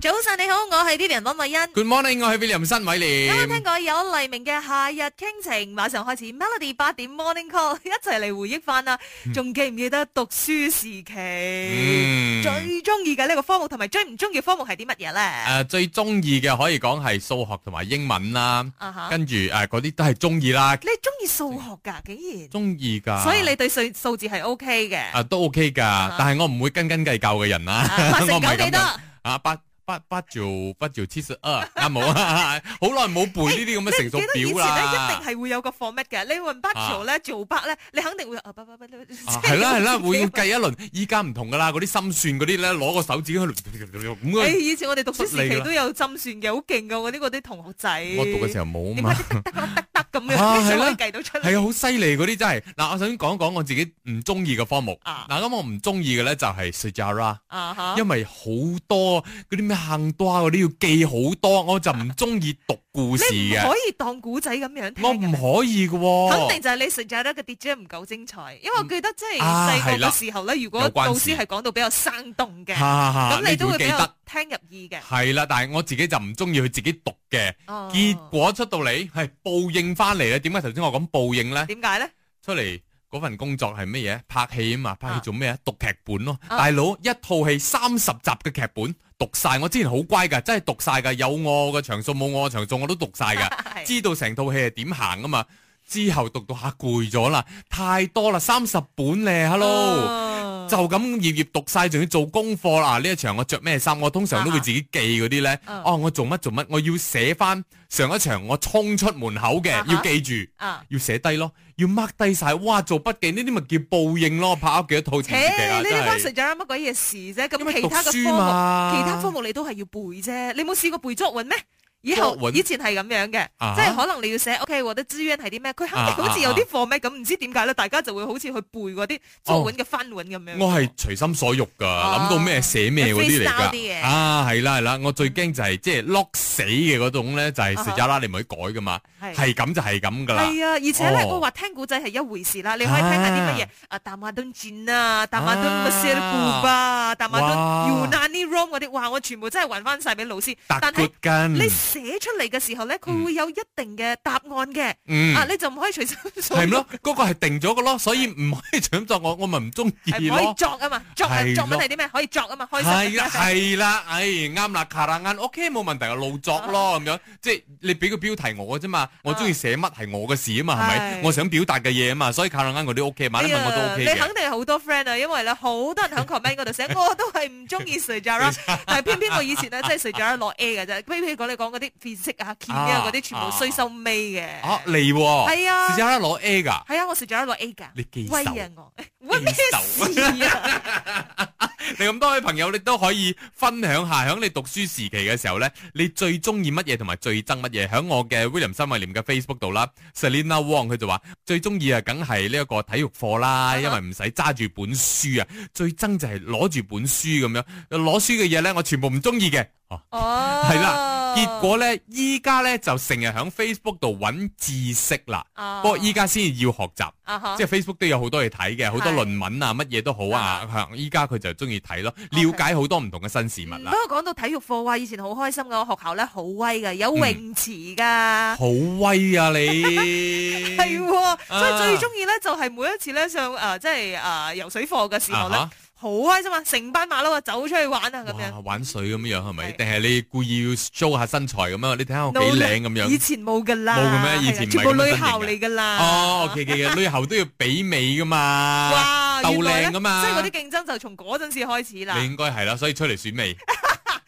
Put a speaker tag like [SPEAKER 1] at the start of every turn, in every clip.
[SPEAKER 1] 早晨你好，我係 Vivian 温慧欣。
[SPEAKER 2] Good morning，我係 William 新偉
[SPEAKER 1] 啱啱聽
[SPEAKER 2] 廉。
[SPEAKER 1] 過有黎明嘅《夏日傾情》，馬上開始 Melody 八點 Morning Call，一 齊嚟回憶翻啦。仲記唔記得讀書時期、
[SPEAKER 2] 嗯
[SPEAKER 1] 最中意嘅呢個科目，同埋最唔中意嘅科目係啲乜嘢
[SPEAKER 2] 诶、
[SPEAKER 1] 咧？
[SPEAKER 2] 最中意嘅可以講係數學同埋英文啦，
[SPEAKER 1] 啊哈，
[SPEAKER 2] 跟住诶嗰啲都係中意啦，
[SPEAKER 1] 你中意數學㗎，竟
[SPEAKER 2] 中意噶。
[SPEAKER 1] 然，所以你對數數字係 OK 嘅。
[SPEAKER 2] 啊都 OK 噶
[SPEAKER 1] 哈，
[SPEAKER 2] 但係我唔會斤斤計較嘅人啦。
[SPEAKER 1] 啊八成
[SPEAKER 2] 我唔
[SPEAKER 1] 九
[SPEAKER 2] 係
[SPEAKER 1] 幾
[SPEAKER 2] 咁
[SPEAKER 1] 多？
[SPEAKER 2] 樣啊，八八八九八九七十二啱冇 啊？好耐冇背呢啲咁嘅
[SPEAKER 1] 你
[SPEAKER 2] 乘
[SPEAKER 1] 記得以前
[SPEAKER 2] 數表
[SPEAKER 1] 咧，
[SPEAKER 2] 啦
[SPEAKER 1] 一。定係會有個 format 嘅。你問八條咧，做八咧，你肯定會啊，八八八八
[SPEAKER 2] 啊係啦係啦，會要計一輪。依家唔同噶啦，嗰啲心算嗰啲咧，攞個手指喺度咁
[SPEAKER 1] 誒，
[SPEAKER 2] 嘅。
[SPEAKER 1] 哎以前我哋讀書時
[SPEAKER 2] 哎出嚟
[SPEAKER 1] 期
[SPEAKER 2] 啦
[SPEAKER 1] 都有浸船嘅，好勁噶，我啲嗰啲同學仔。
[SPEAKER 2] 我讀嘅時
[SPEAKER 1] 候
[SPEAKER 2] 候冇啊
[SPEAKER 1] 點
[SPEAKER 2] 嘛。
[SPEAKER 1] 解得得得得得咁
[SPEAKER 2] 啊
[SPEAKER 1] 樣，
[SPEAKER 2] 係
[SPEAKER 1] 先
[SPEAKER 2] 啦
[SPEAKER 1] 可以計到出嚟？
[SPEAKER 2] 係啊，好犀利嗰啲真係。嗱，我首先講講我自己唔中意嘅科目。
[SPEAKER 1] 啊
[SPEAKER 2] 嗱，咁我唔中意嘅咧就係 s e j a r a
[SPEAKER 1] 啊哈
[SPEAKER 2] 因為好多嗰啲咩坑多嗰啲要記好多，我就唔中意讀故事
[SPEAKER 1] 你唔
[SPEAKER 2] 嘅，
[SPEAKER 1] 可以當古仔咁樣聽
[SPEAKER 2] 我
[SPEAKER 1] 嘅咩
[SPEAKER 2] 唔可以嘅喎。
[SPEAKER 1] 肯定就係你成日得個 DJ 唔夠精彩，因為我記得即係
[SPEAKER 2] 嗯啊
[SPEAKER 1] 細
[SPEAKER 2] 係
[SPEAKER 1] 個
[SPEAKER 2] 啦
[SPEAKER 1] 嘅時候咧，如果
[SPEAKER 2] 有關
[SPEAKER 1] 老
[SPEAKER 2] 事
[SPEAKER 1] 師係講到比較生動嘅，
[SPEAKER 2] 哈哈哈
[SPEAKER 1] 咁你都
[SPEAKER 2] 會
[SPEAKER 1] 會比
[SPEAKER 2] 記
[SPEAKER 1] 較
[SPEAKER 2] 得。
[SPEAKER 1] 聽入耳嘅。
[SPEAKER 2] 係啦，但係我自己就唔中意佢自己讀嘅，
[SPEAKER 1] 哦
[SPEAKER 2] 結果出到嚟係報應翻嚟啊咧。點解頭先我講報應咧？
[SPEAKER 1] 點解咧？
[SPEAKER 2] 出嚟嗰份工作係乜嘢？拍戲啊嘛，拍
[SPEAKER 1] 啊
[SPEAKER 2] 戲做咩啊？讀劇本咯，
[SPEAKER 1] 啊
[SPEAKER 2] 大佬一套戲三十集嘅劇本讀晒，我之前好乖噶，真係讀晒噶，有我嘅場數，冇我嘅場數，我都讀晒噶，
[SPEAKER 1] 係
[SPEAKER 2] 知道成套戲係點行啊嘛。之後讀到下攰咗啦，太多啦，三十本咧，hello。
[SPEAKER 1] 哦
[SPEAKER 2] 就咁頁頁讀晒，仲要做功課啦！呢一場我着咩衫，我通常都會自己記嗰啲咧。
[SPEAKER 1] 啊啊哈
[SPEAKER 2] 哦，我做乜做乜，我要寫翻上一場我衝出門口嘅
[SPEAKER 1] 啊，哈
[SPEAKER 2] 要記住。
[SPEAKER 1] 啊，
[SPEAKER 2] 要寫低咯，要 mark 低晒，哇！做筆記呢啲咪叫報應咯，拍咗幾多套
[SPEAKER 1] 切
[SPEAKER 2] 電視劇啊，
[SPEAKER 1] 呢啲關
[SPEAKER 2] 真
[SPEAKER 1] 成
[SPEAKER 2] 係。
[SPEAKER 1] 日乜鬼嘢事啫？
[SPEAKER 2] 因
[SPEAKER 1] 咁
[SPEAKER 2] 為
[SPEAKER 1] 其他
[SPEAKER 2] 讀
[SPEAKER 1] 嘅
[SPEAKER 2] 書
[SPEAKER 1] 科目。
[SPEAKER 2] 嘛，
[SPEAKER 1] 其他科目你都係要背啫，你冇試過背作文咩？以
[SPEAKER 2] 作
[SPEAKER 1] 後
[SPEAKER 2] 文
[SPEAKER 1] 以前係咁樣嘅，
[SPEAKER 2] 啊
[SPEAKER 1] 即係可能你要寫 OK，我的志願係啲咩？佢肯
[SPEAKER 2] 啊
[SPEAKER 1] 定好似
[SPEAKER 2] 啊
[SPEAKER 1] 有啲課咩咁，唔知點解咧，大家就會好似去背嗰啲作文嘅翻文咁樣。
[SPEAKER 2] 我係隨心所欲㗎，
[SPEAKER 1] 啊
[SPEAKER 2] 諗到咩寫咩嗰啲嚟
[SPEAKER 1] freestyle 啲
[SPEAKER 2] 㗎。
[SPEAKER 1] 嘢
[SPEAKER 2] 啊，係啦係啦，我最驚就係即係 lock 死嘅嗰種咧，就係
[SPEAKER 1] 啊
[SPEAKER 2] 食
[SPEAKER 1] 哈
[SPEAKER 2] 咗啦，你唔可以改㗎嘛，係咁就係咁㗎啦。
[SPEAKER 1] 係啊，而且咧，
[SPEAKER 2] 哦
[SPEAKER 1] 我話聽古仔係一回事啦，你可以聽下啲乜嘢啊？達馬敦傳啊，達馬敦
[SPEAKER 2] 啊
[SPEAKER 1] m a s e r b 啊，達馬敦
[SPEAKER 2] 哇
[SPEAKER 1] Unani Rom 嗰啲，哇！我全部真係還翻晒俾老師，
[SPEAKER 2] 搭
[SPEAKER 1] 但
[SPEAKER 2] 骨
[SPEAKER 1] 係
[SPEAKER 2] 筋
[SPEAKER 1] 你，寫出嚟嘅時候咧，佢會有一定嘅答案嘅，
[SPEAKER 2] 嗯
[SPEAKER 1] 啊，你就唔可以隨心所
[SPEAKER 2] 係
[SPEAKER 1] 欲
[SPEAKER 2] 咯，嗰個係定咗嘅咯，所以唔可以咁作我，我咪唔中意
[SPEAKER 1] 係唔可以
[SPEAKER 2] 咯。
[SPEAKER 1] 作啊嘛，作啊
[SPEAKER 2] 係
[SPEAKER 1] 作文
[SPEAKER 2] 咯
[SPEAKER 1] 係啲咩？可以作啊嘛，開心
[SPEAKER 2] 係啦，係啦，唉，啱啦，卡啦啱，OK，冇問題啊，老作
[SPEAKER 1] 哦
[SPEAKER 2] 咯，咁樣，即係你俾個標題我嘅啫嘛，我中意寫乜係我嘅事啊嘛，係咪？
[SPEAKER 1] 係
[SPEAKER 2] 我想表達嘅嘢啊嘛，所以卡啦啱我都 OK，馬
[SPEAKER 1] 哎
[SPEAKER 2] 來文
[SPEAKER 1] 呀
[SPEAKER 2] 我都 OK
[SPEAKER 1] 你
[SPEAKER 2] 嘅
[SPEAKER 1] 肯。定係好多 friend 啊，因為咧好多人喺 comment 嗰度寫，我都係唔中意 s u j a r a 但係偏偏我以前咧真係 s u j a r a 落 A 嘅啫，譬如講你講嗰啲 physics 啊、chem 啊嗰啲，全部衰收尾嘅。
[SPEAKER 2] 啊，嚟喎，
[SPEAKER 1] 係啊
[SPEAKER 2] 試下啦，攞 A 㗎，
[SPEAKER 1] 係啊，我 s u j a r a 落 A 㗎，
[SPEAKER 2] 你記仇
[SPEAKER 1] 威啊 我，喂咩事啊？
[SPEAKER 2] 你咁多位朋友，你都可以分享下，響你讀書時期嘅時候咧，你最中意乜嘢同埋最憎乜嘢？響我嘅 William 森威廉嘅 Facebook 度啦，Selina Wong 佢就話最中意啊，梗係呢一個體育課啦，
[SPEAKER 1] 哈
[SPEAKER 2] 因為唔使揸住本書啊，最憎就係攞住本書咁樣，攞書嘅嘢咧，我全部唔中意嘅。哦
[SPEAKER 1] 哦，
[SPEAKER 2] 係啦結果咧，依家咧就成日響 Facebook 度揾知識啦，
[SPEAKER 1] 啊，
[SPEAKER 2] 不過依家先要學習。
[SPEAKER 1] 啊哈
[SPEAKER 2] 即係 Facebook 都有好多嘢睇嘅，好多論文啊，乜嘢都好啊。嚇依家佢就中意睇咯，了解好多唔同嘅新事物
[SPEAKER 1] 嗯
[SPEAKER 2] 啦。
[SPEAKER 1] 不過講到體育課，哇！以前好開心噶，我學校咧好威噶，有泳池㗎。
[SPEAKER 2] 好威啊你！
[SPEAKER 1] 係喎，所以
[SPEAKER 2] 啊
[SPEAKER 1] 最中意咧就係每一次咧上誒即係誒游水課嘅時候
[SPEAKER 2] 啊
[SPEAKER 1] 咧
[SPEAKER 2] 哈，
[SPEAKER 1] 好開心啊！成班馬騮啊走出去玩啊咁
[SPEAKER 2] 哇
[SPEAKER 1] 樣。
[SPEAKER 2] 玩水咁樣係咪？
[SPEAKER 1] 係
[SPEAKER 2] 定係你故意要 show 下身材咁啊樣？你睇下我幾
[SPEAKER 1] No
[SPEAKER 2] 靚咁
[SPEAKER 1] 以
[SPEAKER 2] 樣。
[SPEAKER 1] 前啊冇噶啦，
[SPEAKER 2] 冇嘅咩
[SPEAKER 1] 係啊
[SPEAKER 2] 以前唔係
[SPEAKER 1] 全部
[SPEAKER 2] 咁嘅
[SPEAKER 1] 女
[SPEAKER 2] 身形
[SPEAKER 1] 校
[SPEAKER 2] 嘅
[SPEAKER 1] 嚟噶啦。
[SPEAKER 2] 哦，OK OK，女後都要比美噶嘛，
[SPEAKER 1] 哇，
[SPEAKER 2] 鬥
[SPEAKER 1] 原來咧
[SPEAKER 2] 靚㗎嘛
[SPEAKER 1] 即係嗰啲競爭就從嗰陣時開始啦。
[SPEAKER 2] 你應該係啦，所以出嚟 選美。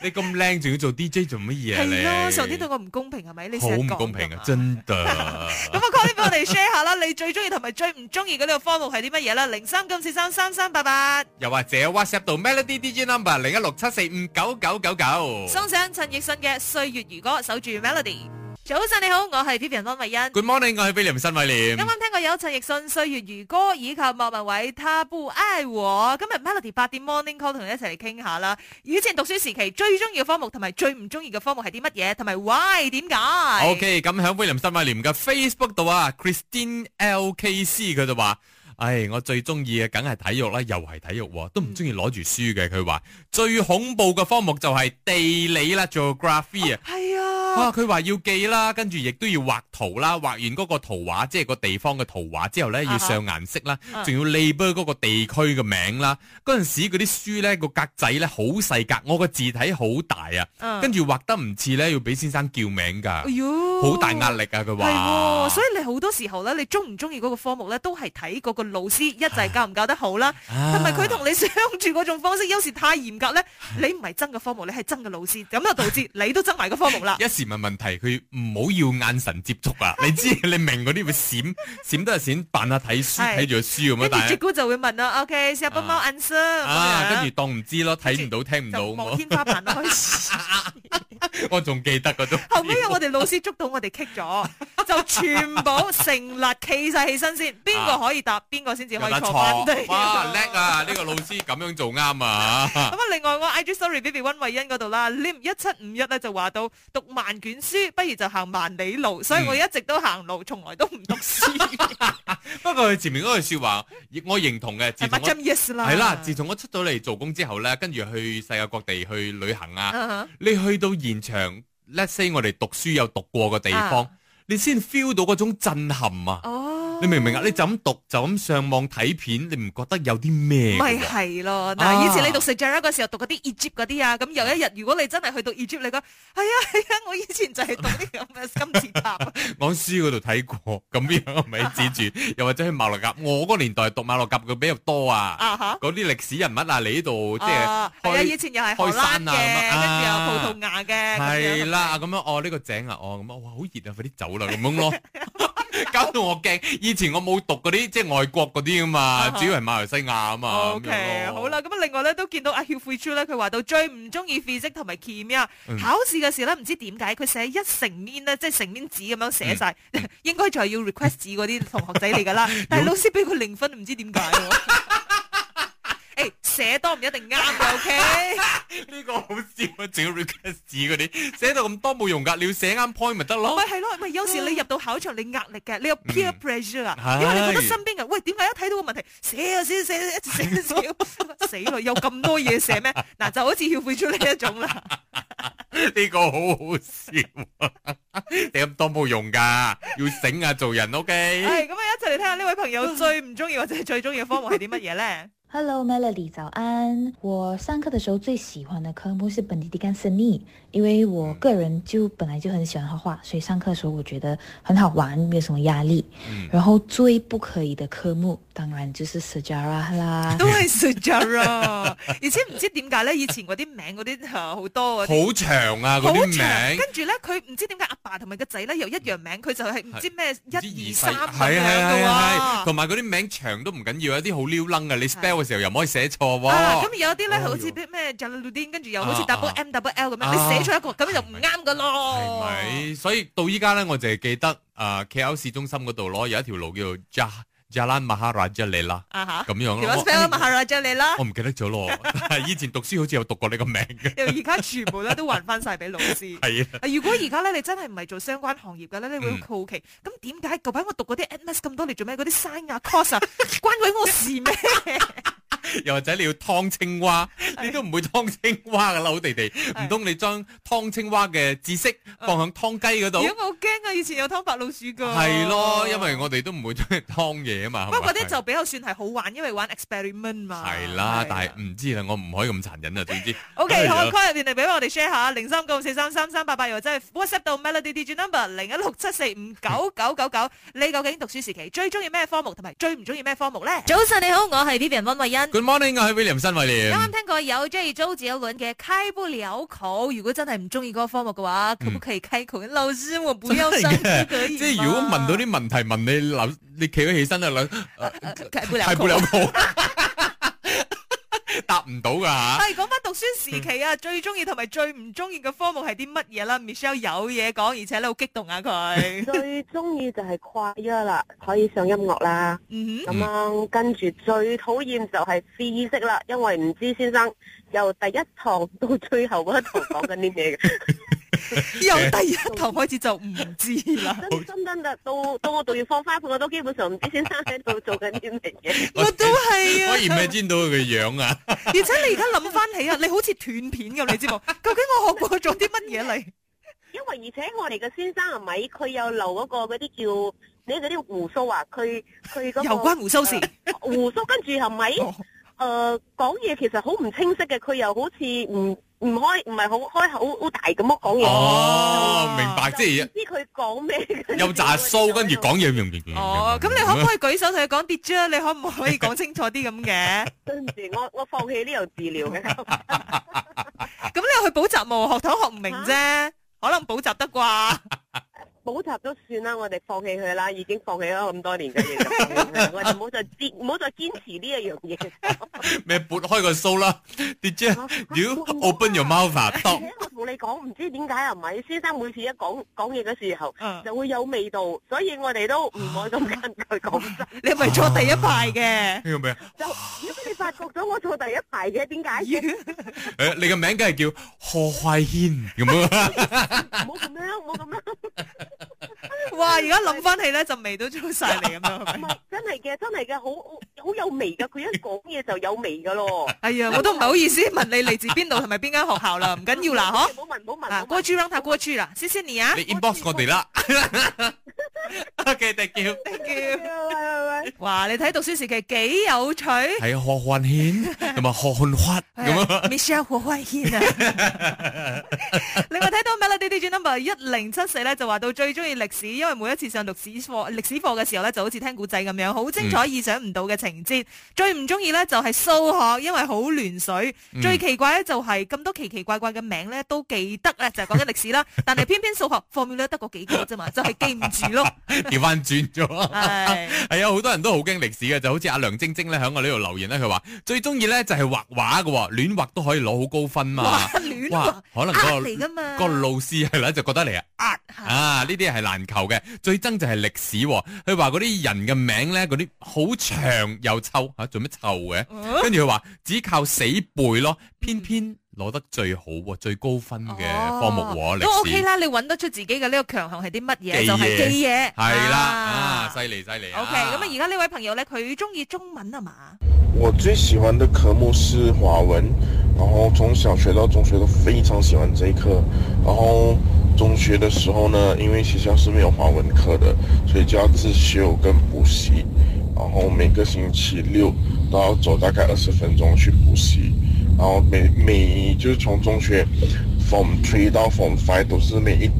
[SPEAKER 2] 你咁靚仲要做 DJ 做乜嘢啊？
[SPEAKER 1] 係咯，
[SPEAKER 2] 你
[SPEAKER 1] 上天對我唔公平係咪？你
[SPEAKER 2] 好
[SPEAKER 1] 成日
[SPEAKER 2] 唔
[SPEAKER 1] 講
[SPEAKER 2] 公平
[SPEAKER 1] 㗎
[SPEAKER 2] 啊
[SPEAKER 1] 嘛！
[SPEAKER 2] 真 的。
[SPEAKER 1] 咁啊，call 啲俾我哋 share 下啦，你最中意同埋最唔中意嘅呢個科目係啲乜嘢啦？零三九四三三三八八。
[SPEAKER 2] 又或者 WhatsApp 到 Melody DJ number 零一六七四五九九九九。
[SPEAKER 1] 送上陳奕迅嘅《歲月如歌》，守住 Melody。早晨你好，我係 Vivian 安慧欣。
[SPEAKER 2] Good morning，我係 William 新偉廉
[SPEAKER 1] 啱。啱聽過有陳奕迅《歲月如歌》，以及莫文蔚《他不愛我》。今日 Melody 八點 Morning Call 同你一齊嚟傾下啦。以前讀書時期最中意嘅科目同埋最唔中意嘅科目係啲乜嘢？同埋 why 點解
[SPEAKER 2] O K，咁喺 William 新偉廉嘅 Facebook 度啊，Christine L K C 佢就話。唉，我最中意嘅梗係體育啦，又係體育喎，都唔中意攞住書嘅。佢話最恐怖嘅科目就係地理啦，geography 啊。
[SPEAKER 1] 系啊，
[SPEAKER 2] 啊！佢話要記啦，跟住亦都要畫圖啦，畫完嗰個圖畫，即係個地方嘅圖畫之後咧，
[SPEAKER 1] 啊哈
[SPEAKER 2] 要上顏色啦，
[SPEAKER 1] 啊
[SPEAKER 2] 仲要 label 嗰個地區嘅名啦。嗰陣時嗰啲書咧個格仔咧好細格，我個字體好大啊，
[SPEAKER 1] 嗯
[SPEAKER 2] 跟住畫得唔似咧，要俾先生叫名㗎
[SPEAKER 1] 哎，哟，
[SPEAKER 2] 好大壓力啊！佢
[SPEAKER 1] 係喎，
[SPEAKER 2] 話，
[SPEAKER 1] 所以你好多時候咧，你中唔中意嗰個科目咧，都係睇嗰個老師一就係教唔教得好啦，
[SPEAKER 2] 啊
[SPEAKER 1] 同埋佢同你相處嗰種方式，有時太嚴格咧，你唔係憎嘅科目，你係憎嘅老師，咁就導致你都憎埋個科目啦。
[SPEAKER 2] 一時問問題，佢唔好要眼神接觸 啊！你知你明嗰啲會閃閃都係閃，扮下睇書
[SPEAKER 1] 係
[SPEAKER 2] 睇住個書咁啊，
[SPEAKER 1] 跟住
[SPEAKER 2] 但
[SPEAKER 1] 最
[SPEAKER 2] 係
[SPEAKER 1] 高就會問啦，OK，試下幫貓 answer 咁
[SPEAKER 2] 啊，
[SPEAKER 1] 樣
[SPEAKER 2] 跟住當唔知咯，睇唔到聽唔到
[SPEAKER 1] 就望
[SPEAKER 2] 咁
[SPEAKER 1] 天花板咯。 開始
[SPEAKER 2] 啊，我仲記得嗰種。
[SPEAKER 1] 後尾我哋老師捉到我哋棘咗，就全部成立企晒起身先，邊個可以答，邊個先至可以
[SPEAKER 2] 有得
[SPEAKER 1] 坐
[SPEAKER 2] 錯
[SPEAKER 1] 翻地。
[SPEAKER 2] 哇叻啊！呢個老師咁樣做啱啊！
[SPEAKER 1] 咁啊，另外我 IG story baby 温慧欣嗰度啦，lim 一七五一咧就話到讀萬卷書，不如就行萬里路，所以我一直都行路，從來都唔讀書，
[SPEAKER 2] 不過佢前面嗰句說話，我認同嘅。自
[SPEAKER 1] 係
[SPEAKER 2] 從
[SPEAKER 1] 咪
[SPEAKER 2] 我
[SPEAKER 1] yes 啦？
[SPEAKER 2] 係啦，自從我出咗嚟做工之後咧，跟住去世界各地去旅行啊。
[SPEAKER 1] 嗯哼
[SPEAKER 2] 你去到現場，let's say 我哋讀書有讀過嘅地方，
[SPEAKER 1] 啊
[SPEAKER 2] 你先 feel 到嗰種震撼啊！
[SPEAKER 1] 哦，
[SPEAKER 2] 你明唔明啊？你就咁讀，就咁上網睇片，你唔覺得有啲咩
[SPEAKER 1] 咪
[SPEAKER 2] 嘅喎？
[SPEAKER 1] 係咯，嗱，
[SPEAKER 2] 啊
[SPEAKER 1] 以前你讀 s e j a r a 嗰時候讀嗰啲 Egypt 嗰啲啊，咁有一日如果你真係去到 Egypt，你講係 啊係啊，我以前就係讀啲咁 嘅金字塔，
[SPEAKER 2] 我喺書嗰度睇過，咁樣咪指住，又或者去馬六甲。我嗰個年代讀馬六甲嘅比較多啊。
[SPEAKER 1] 啊吓。
[SPEAKER 2] 嗰啲歷史人物啊，你呢度即係
[SPEAKER 1] 啊係啊！以
[SPEAKER 2] 開
[SPEAKER 1] 前又係荷
[SPEAKER 2] 開
[SPEAKER 1] 蘭
[SPEAKER 2] 山啊
[SPEAKER 1] 嘅，
[SPEAKER 2] 咁
[SPEAKER 1] 跟住有葡萄牙嘅，咁樣
[SPEAKER 2] 係啦，咁樣哦呢個井啊，哦咁啊，哇好熱啊，快啲走啦咁樣咯， 搞到我驚。以前我冇讀嗰啲即係外國嗰啲噶嘛，
[SPEAKER 1] 啊哈
[SPEAKER 2] 主要係馬來西亞啊嘛。
[SPEAKER 1] O
[SPEAKER 2] 咁樣
[SPEAKER 1] K，
[SPEAKER 2] 咯
[SPEAKER 1] 好啦，，咁啊另外咧都見到阿曉慧珠咧，佢話到最唔中意 physics 同埋 chem 啊，
[SPEAKER 2] 嗯
[SPEAKER 1] 考試嘅時咧唔知點解佢寫一成面咧，即係成面紙咁樣寫晒，
[SPEAKER 2] 嗯
[SPEAKER 1] 應該就係要 request 紙嗰啲同學仔嚟㗎 啦，但係老師俾佢零分，唔知點解喎。 誒寫多唔一定啱嘅，O K。
[SPEAKER 2] 哦呢個好笑啊，整 request 紙嗰啲寫到咁多冇用㗎，你要寫啱 point 咪得咯
[SPEAKER 1] 咪。係咯，咪有時你入到考場你壓力嘅，你有 peer
[SPEAKER 2] 嗯
[SPEAKER 1] pressure 啊，
[SPEAKER 2] 係
[SPEAKER 1] 因為你覺得身邊人喂點解一睇到個問題寫啊寫寫一直寫寫寫 死咯，有咁多嘢寫咩？嗱就好似曉慧珠呢一種啦。
[SPEAKER 2] 呢個好好笑啊， 寫咁多冇用㗎，要醒啊做人 OK。
[SPEAKER 1] 系咁啊！一齊嚟聽下呢位朋 友最唔中意或者係最中意嘅科目係啲乜嘢咧？
[SPEAKER 3] Hello Melody，早安！我上课的时候最喜欢的科目是本地地干森尼，因为我个人就本来就很喜欢画画，所以上课的时候我觉得很好玩，没有什么压力。
[SPEAKER 2] 嗯
[SPEAKER 3] 然后最不可以的科目，当然就是 sejarah 啦。
[SPEAKER 1] 都係 s u j a r a 而且唔知點解咧，以前嗰啲名嗰啲啊好多啊，
[SPEAKER 2] 好長啊嗰
[SPEAKER 1] 好
[SPEAKER 2] 啲
[SPEAKER 1] 長
[SPEAKER 2] 名。
[SPEAKER 1] 跟住咧，佢唔知點解阿爸同埋個仔咧又一樣名，佢就係唔知咩一二三咁
[SPEAKER 2] 係係
[SPEAKER 1] 樣
[SPEAKER 2] 係啊
[SPEAKER 1] 噶
[SPEAKER 2] 係，
[SPEAKER 1] 喎。
[SPEAKER 2] 同埋嗰啲名長都唔緊要，有啲好撩楞嘅，你
[SPEAKER 1] À.
[SPEAKER 2] spell 嘅時候又唔可以寫錯
[SPEAKER 1] 啊，
[SPEAKER 2] 喎。
[SPEAKER 1] 咁有啲咧
[SPEAKER 2] 哦
[SPEAKER 1] 好似啲咩 Jaludin，跟住又好似
[SPEAKER 2] 啊啊
[SPEAKER 1] double M double L 咁樣，
[SPEAKER 2] 啊
[SPEAKER 1] 你寫錯一個咁就唔啱噶咯。
[SPEAKER 2] 係咪？所以到依家咧，我就係記得誒 KL 市中心嗰度咯，有一條路叫做 Ja Jalan Maharaja 嚟啦，
[SPEAKER 1] 啊吓，
[SPEAKER 2] 咁樣
[SPEAKER 1] 點
[SPEAKER 2] 咯
[SPEAKER 1] 樣。spell 啊嘛
[SPEAKER 2] 我
[SPEAKER 1] Maharaja 你啦
[SPEAKER 2] 我，唔記得咗 咯，但係以前讀書好似有讀過呢個名嘅，
[SPEAKER 1] 又而家全部咧都還翻晒俾老師。
[SPEAKER 2] 係啊。
[SPEAKER 1] 啊如果而家咧，你真係唔係做相關行業嘅咧，你會
[SPEAKER 2] 嗯
[SPEAKER 1] 好奇，咁點解舊排我讀嗰啲 MS 咁多，你做咩嗰啲 sign 啊 cos 啊， 關鬼我事 咩？
[SPEAKER 2] 又或者你要湯青蛙，
[SPEAKER 1] À.
[SPEAKER 2] 你都唔會湯青蛙噶啦，好地地。唔通你將湯青蛙嘅知識放
[SPEAKER 1] À.
[SPEAKER 2] 喺湯雞嗰度
[SPEAKER 1] 如？果我好驚啊，以前有湯白老鼠噶。
[SPEAKER 2] 係咯，因為我哋都唔會將佢湯嘢啊嘛。係
[SPEAKER 1] 不過嗰
[SPEAKER 2] 咪
[SPEAKER 1] 啲就比較算係好玩，因為玩 experiment 嘛。
[SPEAKER 2] 係啦，但
[SPEAKER 1] 啊
[SPEAKER 2] 係唔知啦，我唔可以咁殘忍 啊，總之。
[SPEAKER 1] O
[SPEAKER 2] 哎
[SPEAKER 1] K，
[SPEAKER 2] 呀
[SPEAKER 1] 好 call 入邊嚟俾我哋 share 下零三九四三三三八八，又或者係 WhatsApp 到 Melody D G Number 零一六七四五九九九九，你究竟讀書時期最中意咩科目，同埋最唔中意咩科目咧？
[SPEAKER 4] 早晨你好，我係 Vivian 温慧欣。
[SPEAKER 2] Good morning，我係 William 新
[SPEAKER 4] 啱
[SPEAKER 2] 偉
[SPEAKER 4] 啱
[SPEAKER 2] 廉。
[SPEAKER 4] 聽過有中意周杰倫嘅《開不了口》，如果真係唔中意嗰個科目嘅話，可唔可以開口？老師，我不要上
[SPEAKER 2] 嗯真係
[SPEAKER 4] 課
[SPEAKER 2] 嘅
[SPEAKER 4] 可以嗎
[SPEAKER 2] 即係如果 問到啲問題問你留，你企咗起身啊，兩
[SPEAKER 4] 開不了
[SPEAKER 2] 係
[SPEAKER 4] 口
[SPEAKER 2] 不了口， 答唔到㗎嚇。
[SPEAKER 1] 哎系講翻讀書時期
[SPEAKER 2] 嗯
[SPEAKER 1] 啊，最中意同埋最唔中意嘅科目係啲乜嘢啦？Michelle 有嘢講，而且你好激動啊 佢。
[SPEAKER 5] 最中意就係跨一啦，可以上音樂啦，
[SPEAKER 1] 嗯
[SPEAKER 5] 咁樣跟住最討厭就係知識啦，因為唔知先生由第一堂到最後嗰一堂講緊啲咩嘅，
[SPEAKER 1] 由第一堂開始就唔知啦。
[SPEAKER 5] 真真真噶，到到我讀完放花盤，我都基本上唔知先生喺度做緊啲乜嘢。
[SPEAKER 1] 我都係啊
[SPEAKER 2] 可，以 imagine 到佢嘅樣啊！
[SPEAKER 1] 而且你而家諗翻起啊，你好似斷片咁，你知冇？究竟我學過咗啲乜嘢嚟？
[SPEAKER 5] 因為而且我哋嘅先生係咪佢有留嗰個嗰啲叫你嗰啲胡鬚啊？佢佢嗰個
[SPEAKER 1] 又關胡鬚事。
[SPEAKER 5] 胡鬚，跟住係咪
[SPEAKER 1] 哦
[SPEAKER 5] 誒講嘢其實好唔清晰嘅？佢又好似唔唔開唔係好開口好大咁樣講嘢。
[SPEAKER 2] 哦，明白，
[SPEAKER 5] 就
[SPEAKER 2] 即係
[SPEAKER 5] 唔知佢講咩，跟住
[SPEAKER 2] 有扎須，跟住講嘢。
[SPEAKER 1] 哦，咁你可唔可以舉手同佢講跌咗？你可唔可以講清楚啲咁嘅？
[SPEAKER 5] 跟住我我放棄呢樣治療 嘅，
[SPEAKER 1] 咁你去補習冇？學堂學唔明啫，可能補習得啩？
[SPEAKER 5] 補習都算啦，我哋放棄佢啦，已經放棄咗咁多年嘅嘢就放棄佢，我哋唔 好再堅唔好再堅持呢一樣嘢。
[SPEAKER 2] 咩撥開個須啦？Did you, you open your mouth? à?
[SPEAKER 5] 而
[SPEAKER 2] Dog
[SPEAKER 5] 且我同你講，唔知點解啊，咪先生每次一講講嘢嘅時候
[SPEAKER 1] 嗯
[SPEAKER 5] 就會有味道，所以我哋都唔可以咁跟佢講真。
[SPEAKER 1] 你係咪坐第一排嘅？
[SPEAKER 2] 呢個咩啊？
[SPEAKER 5] 就如果你發覺咗我坐第一排嘅，點解嘅？
[SPEAKER 2] 誒，你嘅名梗係叫何懷軒咁啊？
[SPEAKER 5] 唔好咁樣，唔好咁樣。
[SPEAKER 1] 哇！而家諗翻起咧，就味都出晒嚟咁樣，係
[SPEAKER 5] 唔
[SPEAKER 1] 咪？
[SPEAKER 5] 係真係嘅，真係嘅，好好好有味噶。佢一講嘢就有味噶咯。
[SPEAKER 1] 哎呀，我都唔係好意思問你嚟自邊度同埋邊間學校啦，唔緊要啦，嗬。
[SPEAKER 5] 唔好問，唔好問。
[SPEAKER 1] 啊，
[SPEAKER 5] 唔好
[SPEAKER 1] 過
[SPEAKER 5] 問
[SPEAKER 1] 去讓他過去啦，謝謝你啊
[SPEAKER 2] 你 inbox 我哋 啦。OK，thank you。
[SPEAKER 1] ，thank you。
[SPEAKER 5] 喂喂喂
[SPEAKER 1] 哇！你睇讀書時期幾有趣，
[SPEAKER 2] 係何懷軒同埋何漢發
[SPEAKER 1] 哎
[SPEAKER 2] 咁啊？
[SPEAKER 1] Michelle 好開軒 啊！另外睇到 Melody D J Number 一零七四咧，就話到最中意歷史，因為每一次上歷史課、歷史課嘅時候咧，就好似聽古仔咁樣，
[SPEAKER 2] 嗯
[SPEAKER 1] 好精彩、意想唔到嘅情節。最唔中意咧就係數學，因為好亂水。
[SPEAKER 2] 嗯
[SPEAKER 1] 最奇怪咧就係咁多奇奇怪怪嘅名咧都記得咧，就係講緊歷史 啦。但係偏偏數學 formula 得嗰幾個啫嘛，就係記唔住 咯。
[SPEAKER 2] 調翻轉咗。
[SPEAKER 1] 唉，
[SPEAKER 2] 係啊，好多人都好驚歷史嘅，就好似阿梁晶晶咧喺我呢度留言咧，佢話最中意咧就係畫畫嘅喎，亂畫都可以攞好高分嘛
[SPEAKER 1] 哇。亂
[SPEAKER 2] 哇
[SPEAKER 1] 啊，
[SPEAKER 2] 可能
[SPEAKER 1] 呃
[SPEAKER 2] 嗰
[SPEAKER 1] 嚟
[SPEAKER 2] 個
[SPEAKER 1] 噶嘛，
[SPEAKER 2] 個老師係啦，就覺得你係呃啊，呢啲係難求嘅。最憎就係歷史喎，佢話嗰啲人嘅名咧，嗰啲好長又臭嚇，做咩臭嘅？
[SPEAKER 1] 嗯
[SPEAKER 2] 跟住佢話只靠死背咯，偏偏攞得最好喎，最高分嘅科目喎，
[SPEAKER 1] 哦都
[SPEAKER 2] 歷
[SPEAKER 1] OK
[SPEAKER 2] 史
[SPEAKER 1] 啦，你揾得出自己嘅呢個強項係啲乜
[SPEAKER 2] 記嘢
[SPEAKER 1] 嘢？就係記嘢。
[SPEAKER 2] 係啦，啊，犀利犀利啊
[SPEAKER 1] OK，咁啊，而家呢位朋友咧，佢中意中文啊嘛？
[SPEAKER 6] 我最喜欢的科目是华文，然后从小学到中学都非常喜欢这一科。然后中学的时候呢，因为学校是没有华文课的，所以就要自修跟补习。然后每个星期六都要走大概二十分钟去补习。然后每每就是从中学 form three 到 form five 都是每一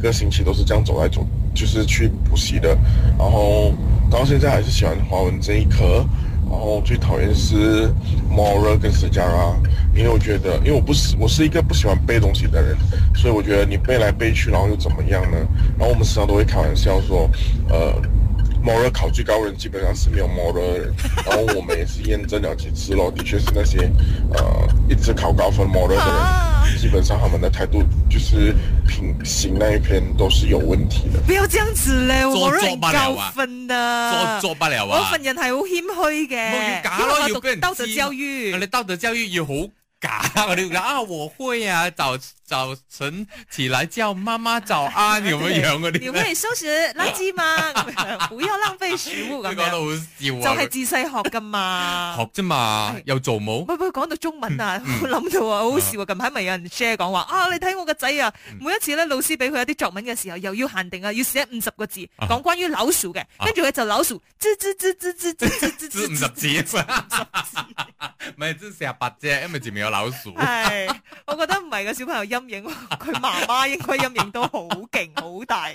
[SPEAKER 6] 个星期都是这样走来走，就是去补习的。然后到现在还是喜欢华文这一科。然后最讨厌是 moral 跟 s 加拉，因为我觉得，因为我不是我是一个不喜欢背东西的人，所以我觉得你背来背去，然后又怎么样呢？然后我们时常都会开玩笑说，呃。moral 考最高的人基本上是没有 moral 的人，然后我们也是验证了几次咯，的确是那些呃一直考高分 moral 的人，基本上他们的态度就是品行那一篇都是有问题的。
[SPEAKER 1] 不要這樣子咧，
[SPEAKER 2] 作
[SPEAKER 1] 我
[SPEAKER 2] 作
[SPEAKER 1] 都人
[SPEAKER 2] 不了
[SPEAKER 1] 夠
[SPEAKER 2] 啊
[SPEAKER 1] 分啊！
[SPEAKER 2] 作作不了啊
[SPEAKER 1] 我份人係好謙虛嘅，
[SPEAKER 2] 冇要假
[SPEAKER 1] 呃因為
[SPEAKER 2] 咯，
[SPEAKER 1] 我
[SPEAKER 2] 要
[SPEAKER 1] 讀
[SPEAKER 2] 俾人
[SPEAKER 1] 兜就
[SPEAKER 2] 知
[SPEAKER 1] 教
[SPEAKER 2] 啊
[SPEAKER 1] 育。
[SPEAKER 2] 你道德教育要好假嗰啲㗎啊，我會啊，早早晨起來叫媽媽早安咁樣樣 嗰
[SPEAKER 1] 你
[SPEAKER 2] 啲咧，
[SPEAKER 1] 會收拾垃圾 嗎？ 咁樣不要浪費食物
[SPEAKER 2] 佢
[SPEAKER 1] 咁
[SPEAKER 2] 講
[SPEAKER 1] 樣，
[SPEAKER 2] 到好笑
[SPEAKER 1] 就
[SPEAKER 2] 啊
[SPEAKER 1] 係！自細學噶嘛
[SPEAKER 2] 學。啫嘛，又做冇，
[SPEAKER 1] 喂喂，講到中文啊，我諗到啊，好好笑啊！近排咪有人 share 講話啊，你睇我個仔啊，每一次咧老師俾佢一啲作文嘅時候，又要限定啊，要寫五十個字，
[SPEAKER 2] 啊
[SPEAKER 1] 講關於老鼠嘅，跟住佢就老鼠，吱吱吱吱吱吱吱吱
[SPEAKER 2] 知五
[SPEAKER 1] 吱
[SPEAKER 2] 十
[SPEAKER 1] 吱，
[SPEAKER 2] 字， 唔係知四十八啫，因為前面有老鼠。
[SPEAKER 1] 啊係，我覺得唔係個小朋友陰影，佢媽媽應該陰影都好勁好大。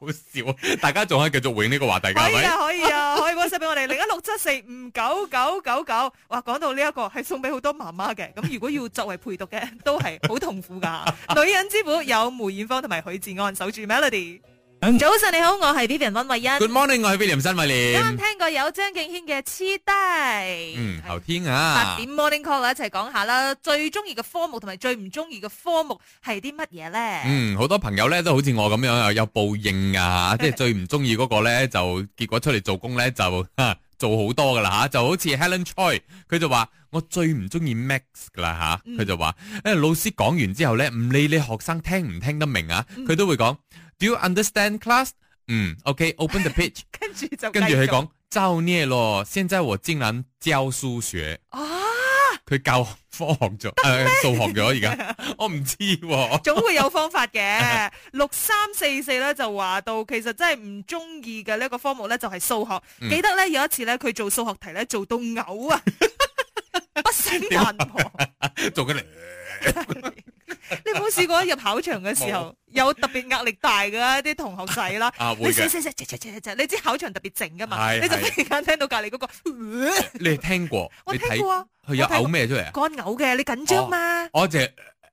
[SPEAKER 2] 好笑，大家仲可以繼續永呢個話題㗎，
[SPEAKER 1] 可
[SPEAKER 2] 係
[SPEAKER 1] 以
[SPEAKER 2] 咪
[SPEAKER 1] 啊，？可以啊， 可以 WhatsApp 俾我哋零一六七四五九九九九。哇，講到呢一個係送俾好多媽媽嘅，咁如果要作為陪讀嘅，都係好痛苦噶。 女人之苦有梅艷芳同埋許志安守住 Melody。
[SPEAKER 2] 嗯
[SPEAKER 1] 早晨你好，我係 Vivian 温慧欣。
[SPEAKER 2] Good morning，我係 William 新偉
[SPEAKER 1] 啱
[SPEAKER 2] 廉。
[SPEAKER 1] 聽過有張敬軒嘅《痴呆》。
[SPEAKER 2] 嗯，後天
[SPEAKER 1] 八
[SPEAKER 2] 啊，
[SPEAKER 1] 點 morning call 啦一齊講下啦，最中意嘅科目同埋最唔中意嘅科目係啲乜嘢咧？
[SPEAKER 2] 嗯，好多朋友咧都好似 我咁樣啊有報應啊，即係最唔中意嗰個咧就結果出嚟做工咧就。哈 做好多噶啦吓，就好似 Helen Choi，佢就話我最唔中意 Max 噶啦
[SPEAKER 1] 嗯
[SPEAKER 2] 吓，佢就話誒老師講完之後咧，唔理你學生聽唔聽得明啊，
[SPEAKER 1] 嗯
[SPEAKER 2] 佢都會講 Do you understand class？嗯，OK，open、the pitch，
[SPEAKER 1] 跟住就
[SPEAKER 2] 跟住佢
[SPEAKER 1] 繼續
[SPEAKER 2] 講造孽咯，現在我竟然教數學，
[SPEAKER 1] 啊，
[SPEAKER 2] 佢教科學咗，誒、數學咗而家，我唔知喎、
[SPEAKER 1] 總會有方法嘅。六三四四咧就話到，其實真係唔中意嘅呢一個科目咧就係數學。
[SPEAKER 2] 嗯
[SPEAKER 1] 記得咧有一次咧佢做數學題咧做到嘔啊，不勝環婆。
[SPEAKER 2] 做緊嚟。
[SPEAKER 1] 你冇試過入考場嘅時候有特別壓力大嘅啲同學仔啦？
[SPEAKER 2] 啊會嘅
[SPEAKER 1] 你寫寫寫寫寫寫寫，你知考場特別靜噶嘛？
[SPEAKER 2] 係
[SPEAKER 1] 你就
[SPEAKER 2] 係
[SPEAKER 1] 忽然間聽到隔離嗰個呃
[SPEAKER 2] 你係聽過？
[SPEAKER 1] 我
[SPEAKER 2] 你睇
[SPEAKER 1] 聽過啊
[SPEAKER 2] 佢有
[SPEAKER 1] 我聽過
[SPEAKER 2] 嘔咩出嚟啊？
[SPEAKER 1] 乾嘔嘅，你緊張嘛？
[SPEAKER 2] 我就係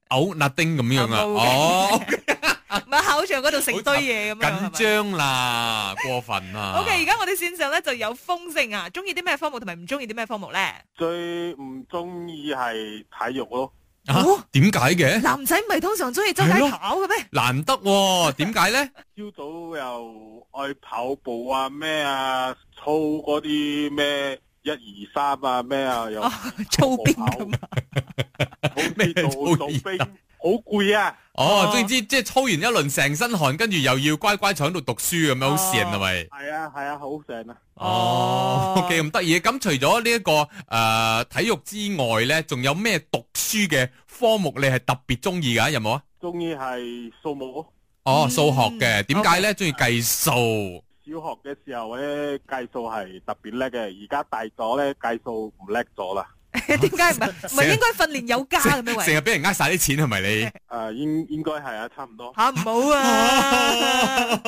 [SPEAKER 2] 嘔那丁咁樣啊！
[SPEAKER 1] 啊冇嘅
[SPEAKER 2] 哦，
[SPEAKER 1] 咪考場嗰度成堆嘢 咁樣係咪
[SPEAKER 2] 緊張啦，過分啦。
[SPEAKER 1] O K，而家我哋線上咧就有豐盛啊，中意啲咩科目同埋唔中意啲咩科目咧？
[SPEAKER 7] 最唔中意係體育咯，
[SPEAKER 2] 啊點解 嘅？
[SPEAKER 1] 男仔唔係通常中意周街
[SPEAKER 2] 係咯
[SPEAKER 1] 跑嘅 咩？
[SPEAKER 2] 難得喎，點解咧？
[SPEAKER 7] 朝早又愛跑步啊咩啊，操嗰啲咩一二三啊咩啊，又
[SPEAKER 1] 哦，操兵咁啊！
[SPEAKER 7] 好
[SPEAKER 2] 咩啊
[SPEAKER 7] 似
[SPEAKER 2] 操
[SPEAKER 7] 做做
[SPEAKER 2] 二
[SPEAKER 7] 兵好攰啊！
[SPEAKER 2] 哦
[SPEAKER 1] 哦，
[SPEAKER 2] 總之即係操完一輪成身汗，跟住又要乖乖坐喺度讀書咁樣，好善係咪？
[SPEAKER 7] 係啊係啊，好正啊！
[SPEAKER 2] 哦，OK，咁得意。咁除咗呢一個诶體育之外咧，仲有咩讀書嘅科目你係特別中意㗎？有冇啊？
[SPEAKER 7] 中意係數目咯，
[SPEAKER 2] 哦，
[SPEAKER 1] 嗯
[SPEAKER 2] 數學嘅，點解咧？中意計數。
[SPEAKER 7] 小學嘅時候咧計數係特別叻嘅，而家大咗咧計數唔叻咗啦。
[SPEAKER 1] 點解唔係唔係應該訓練有 加嘅咩？
[SPEAKER 2] 成
[SPEAKER 1] 喂，
[SPEAKER 2] 日俾人呃晒啲錢係咪你？
[SPEAKER 7] 诶、應应该系啊，差唔多。
[SPEAKER 1] 吓唔好 啊！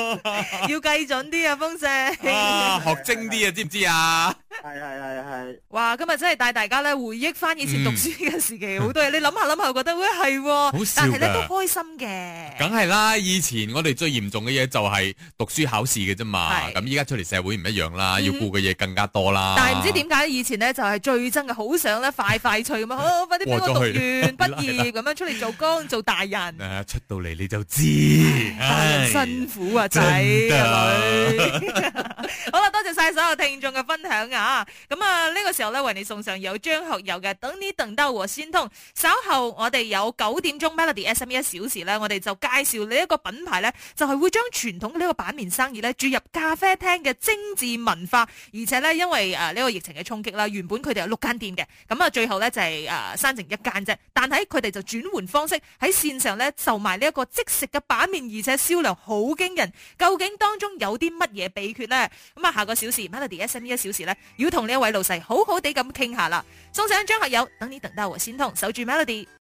[SPEAKER 1] 要計準啲啊， 豐盛。
[SPEAKER 2] 啊，學精啲啊，知唔知啊？
[SPEAKER 7] 係係係係，
[SPEAKER 1] 哇！今日真係帶大家咧回憶翻以前讀書嘅時期，好多嘢你諗下諗下，覺得喂係喎，
[SPEAKER 2] 好笑
[SPEAKER 1] 但係咧
[SPEAKER 2] 㗎
[SPEAKER 1] 都開心嘅。
[SPEAKER 2] 梗係啦，以前我哋最嚴重嘅嘢就係讀書考試嘅啫嘛。
[SPEAKER 1] 係
[SPEAKER 2] 咁依家出嚟社會唔一樣啦，
[SPEAKER 1] 嗯
[SPEAKER 2] 要顧嘅嘢更加多啦。
[SPEAKER 1] 但係唔知點解以前咧就係最憎嘅，好想咧快快脆 咁啊，好快啲俾我讀
[SPEAKER 2] 過
[SPEAKER 1] 完
[SPEAKER 2] 咗去
[SPEAKER 1] 畢 業咁樣出嚟做工做大人。
[SPEAKER 2] 誒啊出到嚟你就知，
[SPEAKER 1] 大人
[SPEAKER 2] 唉
[SPEAKER 1] 辛苦啊，仔啊
[SPEAKER 2] 哎真㗎
[SPEAKER 1] 女。 好啦，多謝晒所有聽眾嘅分享啊！咁啊，呢個時候咧，為你送上有張學友嘅《等你等到我先通》。稍後我哋有九點鐘 Melody SME 一小時咧，我哋就介紹呢一個品牌咧，就係會將傳統嘅呢個板面生意咧注入咖啡廳嘅精緻文化，而且咧因為呃啊誒呢個疫情嘅衝擊啦，原本佢哋有六間店嘅，咁啊最後咧就係誒刪成一間啫，但係佢哋就轉換方式喺線上咧售賣呢一個即食嘅板面，而且銷量好驚人。究竟當中有啲乜嘢秘訣咧？咁啊，下個小時 Melody S M 一小時咧，要同呢一位老細好好地咁傾下啦。送上張學友，等你等到我先通，守住 Melody。